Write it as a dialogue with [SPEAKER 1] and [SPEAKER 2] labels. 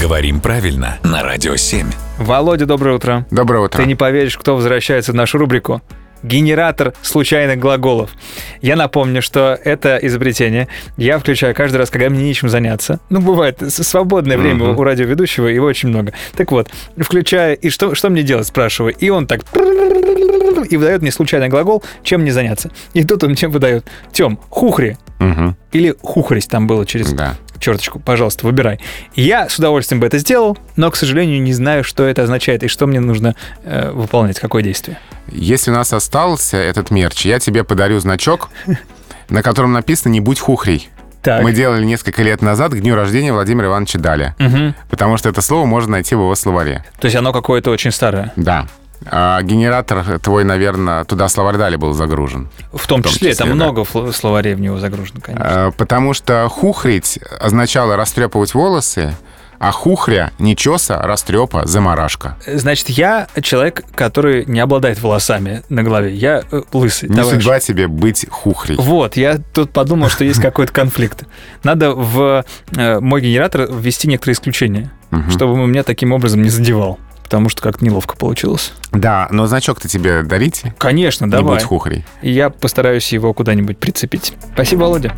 [SPEAKER 1] Говорим правильно на Радио 7.
[SPEAKER 2] Володя, доброе утро.
[SPEAKER 3] Доброе утро.
[SPEAKER 2] Ты не поверишь, кто возвращается в нашу рубрику генератор случайных глаголов. Я напомню, что это изобретение я включаю каждый раз, когда мне нечем заняться. Ну, бывает, с- свободное время у радиоведущего, его очень много. Так вот, включаю, и что, что мне делать, спрашиваю. И он так и выдает мне случайный глагол, чем мне заняться. И тут он мне выдает, Тем, хухри.
[SPEAKER 3] Мгм.
[SPEAKER 2] Или хухрись там было через
[SPEAKER 3] Да.
[SPEAKER 2] черточку, пожалуйста, выбирай. Я с удовольствием бы это сделал, но, к сожалению, не знаю, что это означает и что мне нужно э, выполнять, какое действие.
[SPEAKER 3] Если у нас остался этот мерч, я тебе подарю значок, на котором написано «Не будь хухрей».
[SPEAKER 2] Так.
[SPEAKER 3] Мы делали несколько лет назад к дню рождения Владимира Ивановича Даля.
[SPEAKER 2] Мгм.
[SPEAKER 3] Потому что это слово можно найти в его словаре.
[SPEAKER 2] То есть оно какое-то очень старое.
[SPEAKER 3] Да. А генератор твой, наверное, туда словарь Дали был загружен.
[SPEAKER 2] В том,
[SPEAKER 3] В том
[SPEAKER 2] числе,
[SPEAKER 3] числе,
[SPEAKER 2] там
[SPEAKER 3] да.
[SPEAKER 2] много фл- словарей в него загружено, конечно.
[SPEAKER 3] Э, Потому что хухрить означало растрепывать волосы, а хухря, нечеса, растрепа, заморашка.
[SPEAKER 2] Значит, я человек, который не обладает волосами на голове. Я э, лысый.
[SPEAKER 3] Не
[SPEAKER 2] товарищ.
[SPEAKER 3] судьба тебе быть хухрей.
[SPEAKER 2] Вот, я тут подумал, что есть какой-то конфликт. Надо в э, мой генератор ввести некоторые исключения,
[SPEAKER 3] Мгм.
[SPEAKER 2] чтобы он меня таким образом не задевал. Потому что как-то неловко получилось.
[SPEAKER 3] Да, но значок-то тебе дарить?
[SPEAKER 2] Конечно,
[SPEAKER 3] Не
[SPEAKER 2] давай.
[SPEAKER 3] будь хухрей.
[SPEAKER 2] И Я постараюсь его куда-нибудь прицепить. Спасибо, Володя.